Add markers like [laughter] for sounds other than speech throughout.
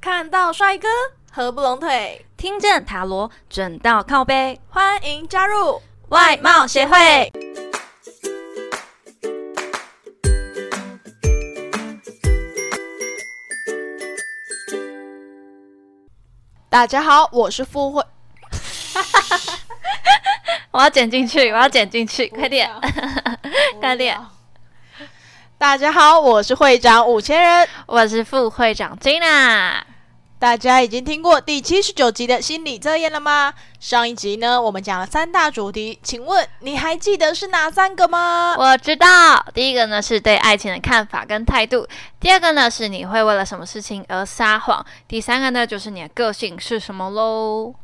看到帅哥合不拢腿，听见塔罗准到靠背，欢迎加入。外貌协会。大家好，我是富慧，我要剪进去，我要剪进去，快点！快点！ [laughs] 大家好，我是会长五千人。我是副会长 Gina。大家已经听过第七十九集的心理测验了吗？上一集呢，我们讲了三大主题，请问你还记得是哪三个吗？我知道，第一个呢是对爱情的看法跟态度，第二个呢是你会为了什么事情而撒谎，第三个呢就是你的个性是什么喽。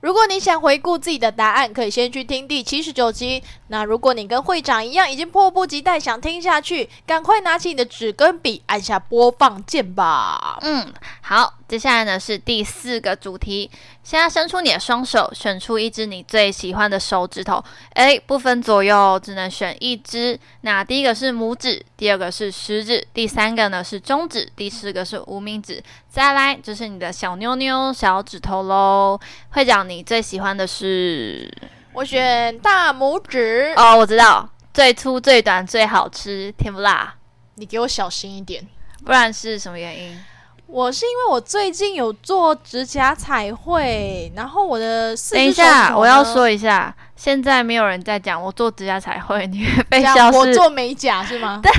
如果你想回顾自己的答案，可以先去听第七十九集。那如果你跟会长一样，已经迫不及待想听下去，赶快拿起你的纸跟笔，按下播放键吧。嗯，好，接下来呢是第四个主题。现在伸出你的双手，选出一只你最喜欢的手指头，诶，不分左右，只能选一只。那第一个是拇指，第二个是食指，第三个呢是中指，第四个是无名指。再来就是你的小妞妞、小指头喽。会长，你最喜欢的是？我选大拇指，哦，我知道，最粗、最短、最好吃，甜不辣。你给我小心一点。不然是什么原因？我是因为我最近有做指甲彩绘，然后我的四等一只手指下，头我要呢说一下，现在没有人在讲我做指甲彩绘，你会被这样哎消我失。做美甲是吗？ [laughs] 对，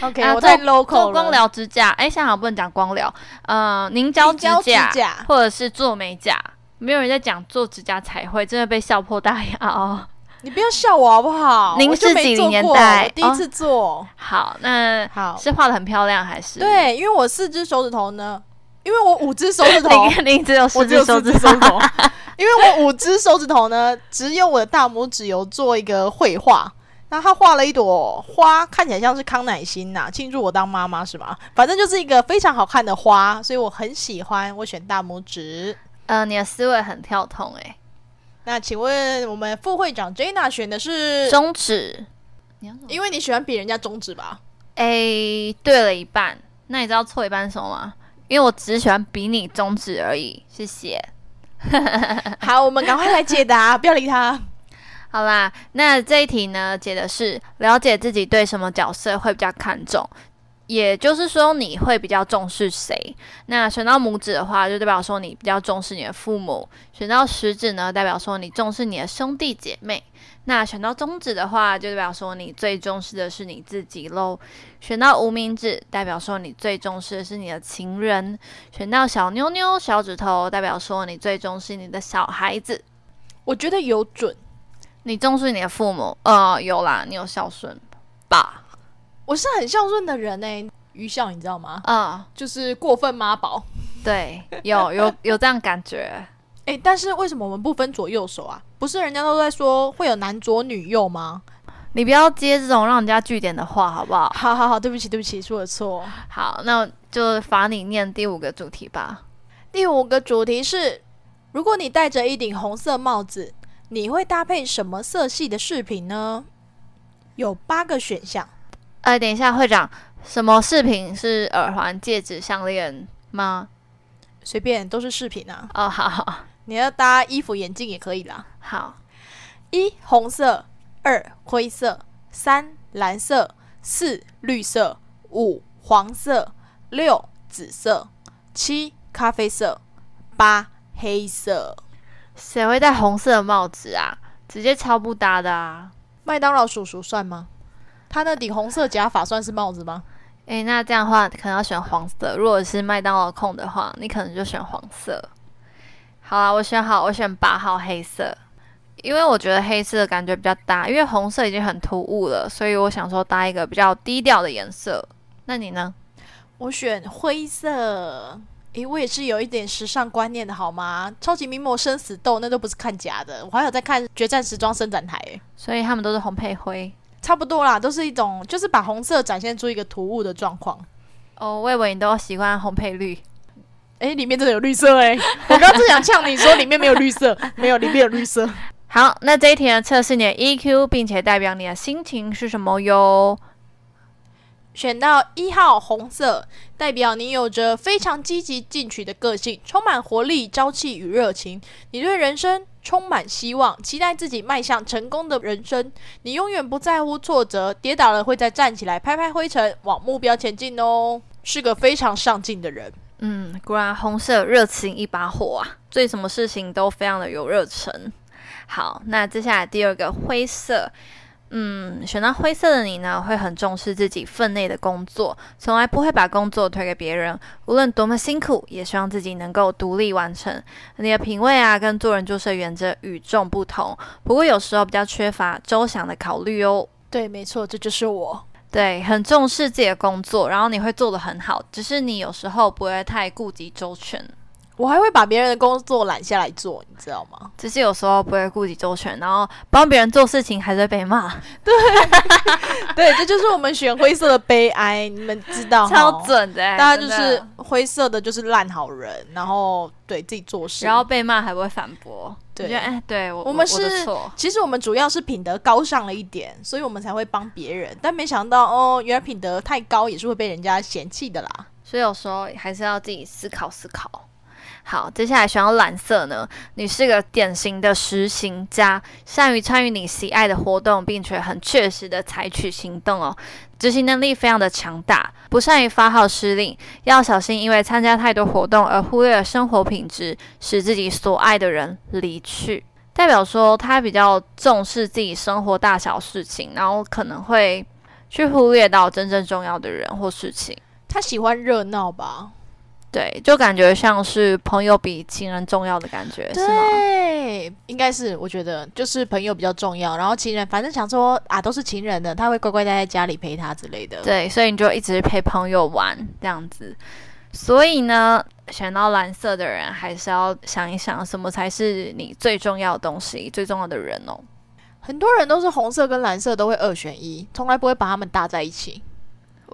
o k 啊我太做 local 做光了。疗指甲，哎，现在好像不能讲光疗，呃，凝胶凝胶指甲，甲或者是做美甲，没有人在讲做指甲彩绘，真的被笑破大牙哦。你不要笑我好不好？您我就是没几做零年过代我第一哦次做。好，那好，是画的很漂亮还是？， [laughs] 对，因为我四只手指头呢，因为我五只手 [laughs] 指头，您您只有我四只有只四手只指手头指，头， [laughs] 因为我五只手指头呢，只有我的大拇指有做一个绘画。那他画了一朵花，看起来像是康乃馨呐、庆祝我当妈妈是吗？反正就是一个非常好看的花，所以我很喜欢，我选大拇指。呃，你的思维很跳痛哎、那请问我们副会长 Jenna 选的是，中指，你要怎么嗯因为你喜欢比人家中指吧？诶，哎对了一半，那你知道错一半是什么吗？因为我只是喜欢比你中指而已，谢谢。 [laughs] 好，我们赶快来解 [laughs] 答，不要理他。好啦，那这一题呢，解的是了解自己对什么角色会比较看重，也就是说你会比较重视谁。那选到拇指的话，就代表说你比较重视你的父母；选到食指呢，代表说你重视你的兄弟姐妹；那选到中指的话，就代表说你最重视的是你自己喽；选到无名指，代表说你最重视的是你的情人；选到小妞妞、小指头，代表说你最重视你的小孩子。我觉得有准，你重视你的父母，呃，有啦，你有孝顺吧？我是很孝顺的人呢、愚孝你知道吗？嗯、就是过分妈宝。对， [laughs] 有有有这样感觉。诶，但是为什么我们不分左右手啊？不是人家都在说会有男左女右吗？你不要接这种让人家据点的话，好不好？好好好，对不起对不起，是我的错。好，那就罚你念第五个主题吧。第五个主题是：如果你戴着一顶红色帽子，你会搭配什么色系的饰品呢？有八个选项，呃，等一下，会长，什么饰品是耳环、戒指、项链吗？随便都是饰品啊。哦，好好你要搭衣服、眼镜也可以啦。好，一红色，二灰色，三蓝色，四绿色，五黄色，六紫色，七咖啡色，八黑色。谁会戴红色的帽子啊？直接超不搭的啊！麦当劳叔叔算吗？他那顶红色假发算是帽子吗？诶，那这样的话可能要选黄色。如果是麦当劳控的话，你可能就选黄色。好啊啦，我选好，我选八号黑色，因为我觉得黑色的感觉比较搭，因为红色已经很突兀了，所以我想说搭一个比较低调的颜色。那你呢？我选灰色。诶，我也是有一点时尚观念的好吗？超级名模生死斗那都不是看假的，我还有在看《决战时装伸展台》诶，所以他们都是红配灰。差不多啦，都是一种就是把红色展现出一个突兀的状况。哦，我以为你都喜欢红配绿。哎、里面真的有绿色哎、我刚刚正想呛你说里面没有绿色，没有，里面有绿色。好，那这一 E 题呢，测试你的 EQ，并且代表你的心情是什么哟。选到一号红色，代表你有着非常积极进取的个性，充满活力、朝气与热情。你对人生充满希望，期待自己迈向成功的人生。你永远不在乎挫折，跌倒了会再站起来，拍拍灰尘，往目标前进哦。是个非常上进的人。嗯，果然红色热情一把火啊，对什么事情都非常的有热忱。好，那接下来第二个灰色，嗯，选到灰色的你呢，会很重视自己分内的工作，从来不会把工作推给别人，无论多么辛苦，也希望自己能够独立完成。你的品味啊，跟做人做事的原则与众不同，不过有时候比较缺乏周详的考虑哦。对，没错，这就是我。对，很重视自己的工作，然后你会做得很好，只是你有时候不会太顾及周全，我还会把别人的工作揽下来做，你知道吗？只是有时候不会顾及周全，然后帮别人做事情还是会被骂， [laughs] 对，这就是我们选灰色的悲哀，你们知道哈超准的、欸，哦大家就真是的，灰色的，就是烂好人，然后对自己做事。然后被骂还不会反驳，对你觉得哎，对我我们的是错，其实我们主要是品德高尚了一点，所以我们才会帮别人。但没想到哦，原来品德太高也是会被人家嫌弃的啦。所以有时候还是要自己思考思考。好，接下来选到蓝色呢？你是个典型的实行家，善于参与你喜爱的活动，并且很确实的采取行动哦。执行能力非常的强大，不善于发号施令，要小心因为参加太多活动而忽略了生活品质，使自己所爱的人离去。代表说他比较重视自己生活大小事情，然后可能会去忽略到真正重要的人或事情。他喜欢热闹吧？对，就感觉像是朋友比情人重要的感觉，是吗？对，应该是我觉得就是朋友比较重要，然后情人反正想说啊都是情人的，他会乖乖待在家里陪他之类的。对，所以你就一直陪朋友玩这样子。所以呢，选到蓝色的人，还是要想一想，什么才是你最重要的东西，最重要的人哦。很多人都是红色跟蓝色都会二选一，从来不会把他们搭在一起。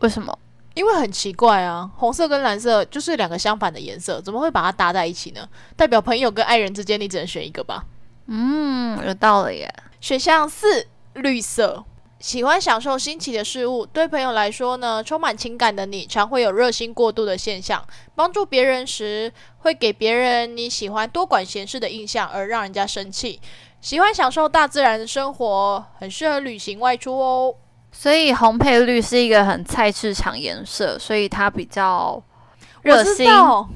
为什么？因为很奇怪啊，红色跟蓝色就是两个相反的颜色，怎么会把它搭在一起呢？代表朋友跟爱人之间，你只能选一个吧。嗯，有道理耶。选项四，绿色。喜欢享受新奇的事物，对朋友来说呢，充满情感的你，常会有热心过度的现象。帮助别人时，会给别人你喜欢多管闲事的印象，而让人家生气。喜欢享受大自然的生活，很适合旅行外出哦。所以红配绿是一个很菜市场颜色，所以它比较热我知心。道，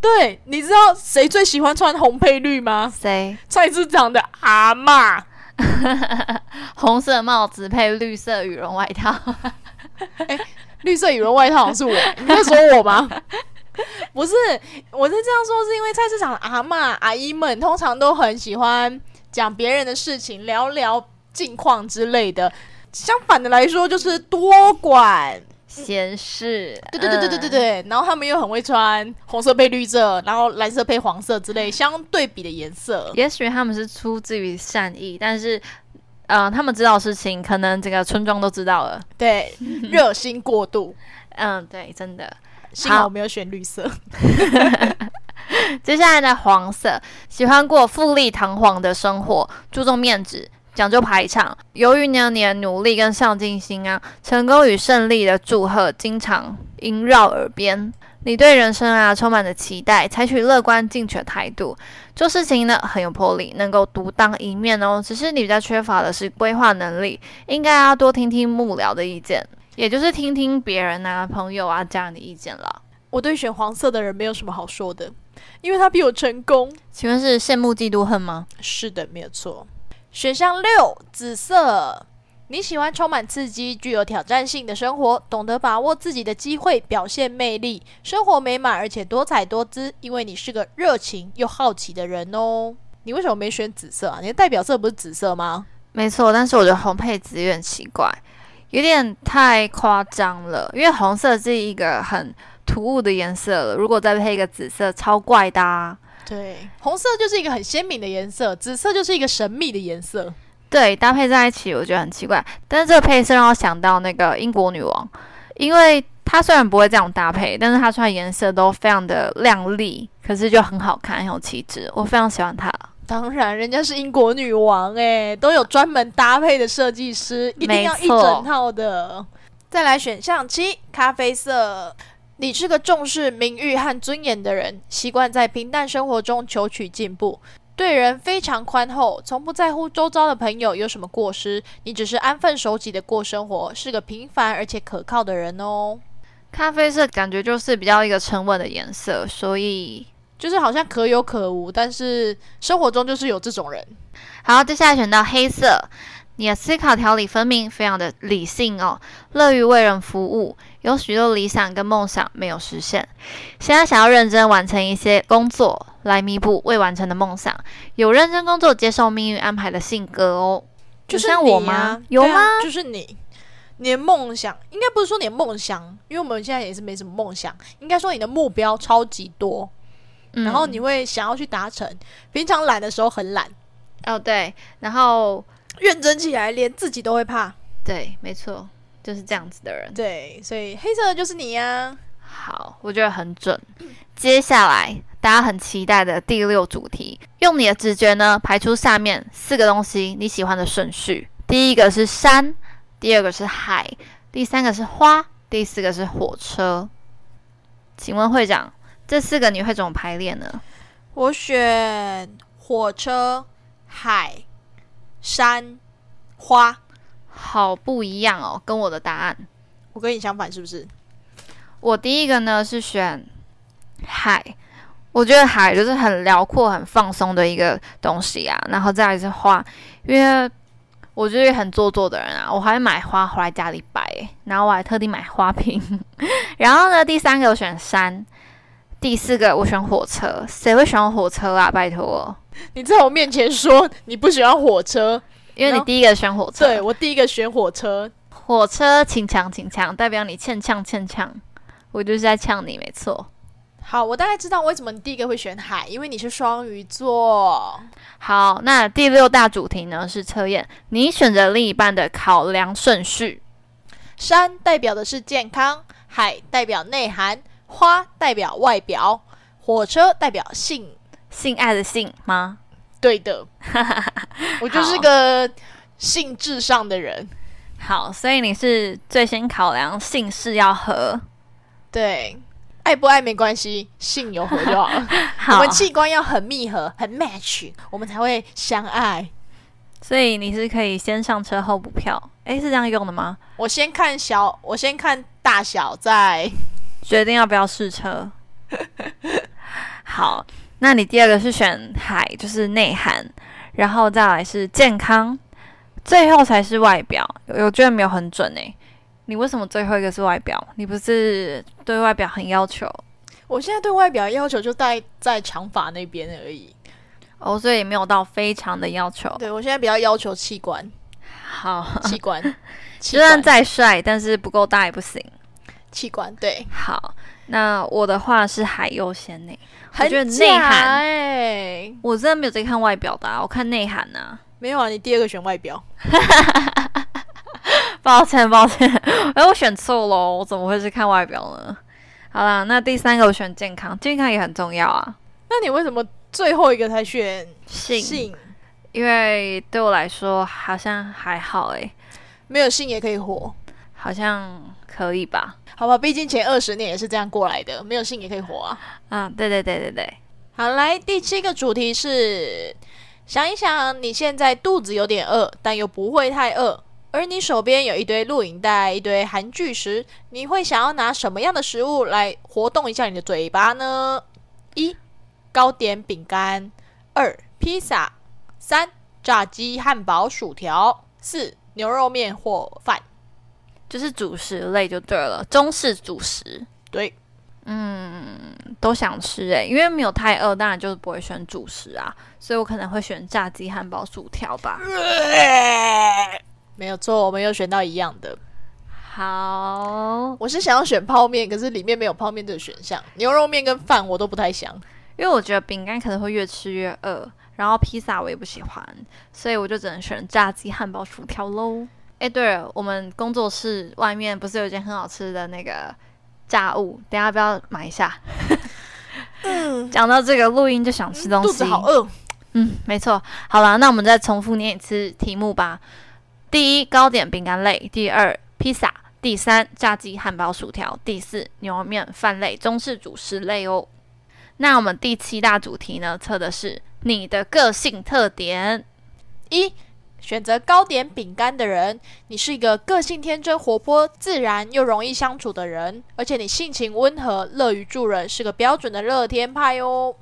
对，你知道谁最喜欢穿红配绿吗？谁？菜市场的阿嬷。红色帽子配绿色羽绒外套。绿色羽绒外套好像是我，你在说我 [laughs] 吗？不是，我是这样说，是因为菜市场的阿嬷、阿姨们通常都很喜欢讲别人的事情，聊聊近况之类的。相反的来说，就是多管。闲适，对对对对对对嗯，对，然后他们又很会穿红色配绿色，然后蓝色配黄色之类相对比的颜色。也许他们是出自于善意，但是，呃，他们知道的事情，可能整个村庄都知道了。对，热心过度。嗯，对，真的。幸好我没有选绿色。接下来的黄色，喜欢过富丽堂皇的生活，注重面子，讲究排场。由于呢你的努力跟上进心啊，成功与胜利的祝贺经常萦绕耳边。你对人生啊充满着期待，采取乐观进取的态度，做事情呢很有魄力，能够独当一面哦。只是你比较缺乏的是规划能力，应该要多听听幕僚的意见，也就是听听别人啊、朋友啊家人的意见了。我对选黄色的人没有什么好说的，因为他比我成功。请问是羡慕、嫉妒、恨吗？是的，没有错。选项六，紫色。你喜欢充满刺激、具有挑战性的生活，懂得把握自己的机会，表现魅力，生活美满而且多彩多姿。因为你是个热情又好奇的人哦。你为什么没选紫色啊？你的代表色不是紫色吗？没错，但是我觉得红配紫有点奇怪，有点太夸张了，因为红色是一个很突兀的颜色了，如果再配一个紫色，超怪的、啊。对，红色就是一个很鲜明的颜色，紫色就是一个神秘的颜色。对，搭配在一起我觉得很奇怪，但是这个配色让我想到那个英国女王，因为她虽然不会这样搭配，但是她穿的颜色都非常的亮丽，可是就很好看，很有气质，我非常喜欢她。当然，人家是英国女欸王哎、都有专门搭配的设计师，一定要没一错整套的。再来选项七，咖啡色。你是个重视名誉和尊严的人，习惯在平淡生活中求取进步，对人非常宽厚，从不在乎周遭的朋友有什么过失，你只是安分守己的过生活，是个平凡而且可靠的人哦。咖啡色感觉就是比较一个沉稳的颜色，所以就是好像可有可无，但是生活中就是有这种人。好，接下来选到黑色。你的思考条理分明，非常的理性哦，乐于为人服务，有许多理想跟梦想没有实现，现在想要认真完成一些工作来弥补未完成的梦想，有认真工作，接受命运安排的性格哦，就是有像你我啊吗？对有啊吗？就是你，你的梦想应该不是说你的梦想，因为我们现在也是没什么梦想，应该说你的目标超级多，嗯然后你会想要去达成。平常懒的时候很懒，哦对，然后认真起来连自己都会怕。对，没错，就是这样子的人。对，所以黑色的就是你呀、好，我觉得很准。接下来大家很期待的第六主题，用你的直觉呢排出下面四个东西你喜欢的顺序。第一个是山，第二个是海，第三个是花，第四个是火车。请问会长，这四个你会怎么排列呢？我选火车、海、山、花。好不一样哦，跟我的答案。我跟你相反是不是？我第一个呢是选海，我觉得海就是很辽阔、很放松的一个东西啊。然后再来是花，因为我就是很做作的人啊，我还买花回来家里摆欸，然后我还特地买花瓶。 [laughs] 然后呢，第三个我选山，第四个我选火车，谁会喜欢火车啊？拜托，你在我面前说你不喜欢火 [laughs] 车，因为你 No 第一个选火车，对我第一个选火车，火车请抢请抢，代表你欠呛欠呛，我就是在呛你，没错。好，我大概知道为什么你第一个会选海，因为你是双鱼座。好，那第六大主题呢是测验你选择另一半的考量顺序。山代表的是健康，海代表内涵，花代表外表，火车代表性。性爱的性吗？对的，我就是好个性至上的人。好，所以你是最先考量姓氏要合。对，爱不爱没关系，性有合就好了。我好们，器官要很密合，很 match，我们才会相爱。所以你是可以先上车后补票。诶，是这样用的吗？我先看小，我先看大小，再决定要不要试车。好，那你第二个是选海，就是内涵，然后再来是健康，最后才是外表。我我觉得没有很准诶、你为什么最后一个是外表？你不是对外表很要求我现在对外表要求就在在长发那边而已。哦，所以也没有到非常的要求。对我现在比较要求器 [laughs] 官，好，器 [laughs] 官，器就算官，再帅，但是不够大也不行。器官，对，好，那我的话是海优先呢、我很觉得假内涵，欸我真的没有在看外表的、啊，我看内涵呐、没有啊，你第二个选外表，抱歉，抱歉， [laughs] 哎，我选错喽，我怎么会是看外表呢？好啦，那第三个我选健康，健康也很重要啊。那你为什么最后一个才选性，性？因为对我来说好像还好诶、没有性也可以活，好像可以吧？好吧，毕竟前二十年也是这样过来的，没有性也可以活啊。嗯，对对对对对，好，来第七个主题是：想一想，你现在肚子有点饿，但又不会太饿，而你手边有一堆录影带、一堆韩剧时，你会想要拿什么样的食物来活动一下你的嘴巴呢？一、糕点、饼干；二、披萨；三、炸鸡、汉堡、薯条；四、牛肉面或饭。就是主食类就对了，中式主食对，都想吃诶、因为没有太饿，当然就是不会选主食啊，所以我可能会选炸鸡、汉堡、薯条吧。没有错，我们又选到一样的。好，我是想要选泡面，可是里面没有泡面这个选项，牛肉面跟饭我都不太想。因为我觉得饼干可能会越吃越饿，然后披萨我也不喜欢，所以我就只能选炸鸡、汉堡、薯条喽。哎，对了，我们工作室外面不是有一间很好吃的那个炸物，等一下要不要买一下？嗯， [laughs] 讲到这个录音就想吃东西，肚子好饿。嗯，没错。好啦，那我们再重复念一次题目吧。第一，糕点饼干类；第二，披萨；第三，炸鸡、汉堡、薯条；第四，牛肉面、饭类、中式主食类哦。那我们第七大主题呢，测的是你的个性特点。一选择糕点、饼干的人，你是一个个性天真、活泼、自然又容易相处的人，而且你性情温和、乐于助人，是个标准的乐天派哦。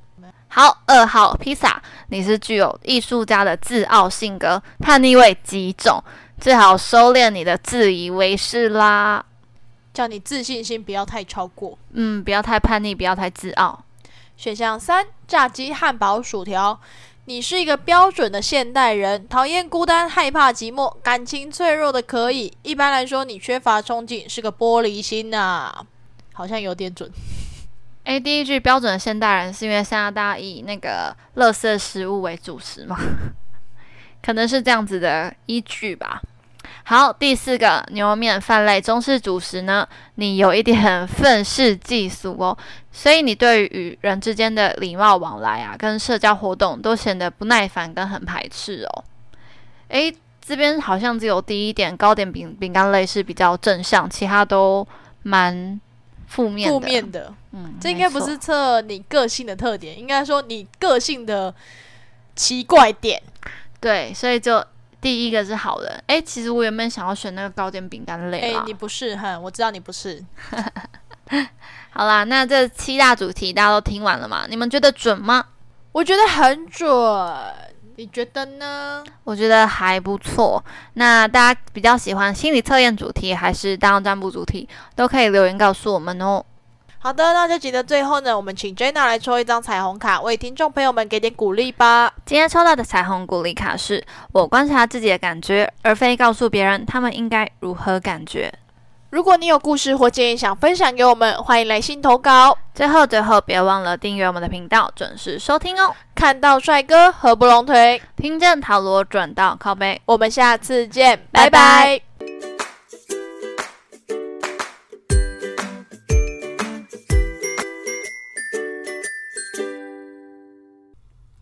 好，二号披萨，你是具有艺术家的自傲性格，叛逆味极重，最好收敛你的自以为是啦。叫你自信心不要太超过。嗯，不要太叛逆，不要太自傲。选项三，炸鸡、汉堡、薯条。你是一个标准的现代人，讨厌孤单，害怕寂寞，感情脆弱的可以。一般来说，你缺乏冲劲，是个玻璃心呐、好像有点准。诶，第一句标准的现代人是因为现在大家以那个垃圾食物为主食嘛，可能是这样子的依据吧。好，第四个牛肉面饭类中式主食呢，你有一点 [laughs] 愤世嫉俗哦，所以你对于与人之间的礼貌往来啊，跟社交活动都显得不耐烦跟很排斥哦。诶，这边好像只有第一点糕点饼饼干类是比较正向，其他都蛮负面的。负面的，嗯，这应没该不错是测你个性的特点，应该说你个性的奇怪点。对，所以就第一个是好人。诶，其实我原本想要选那个糕点饼干类哎、啦。你不是哈，我知道你不是。好啦，那这七大主题大家都听完了嘛？你们觉得准吗？我觉得很准，你觉得呢？我觉得还不错。那大家比较喜欢心理测验主题还是大众占卜主题，都可以留言告诉我们哦。好的，那这集的最后呢，我们请 Jenna 来抽一张彩虹卡，为听众朋友们给点鼓励吧。今天抽到的彩虹鼓励卡是：我观察自己的感觉，而非告诉别人他们应该如何感觉。如果你有故事或建议想分享给我们，欢迎来信投稿。最后，最后别忘了订阅我们的频道，准时收听哦。看到帅哥合不拢腿，听见塔罗转到靠背，我们下次见，拜拜拜拜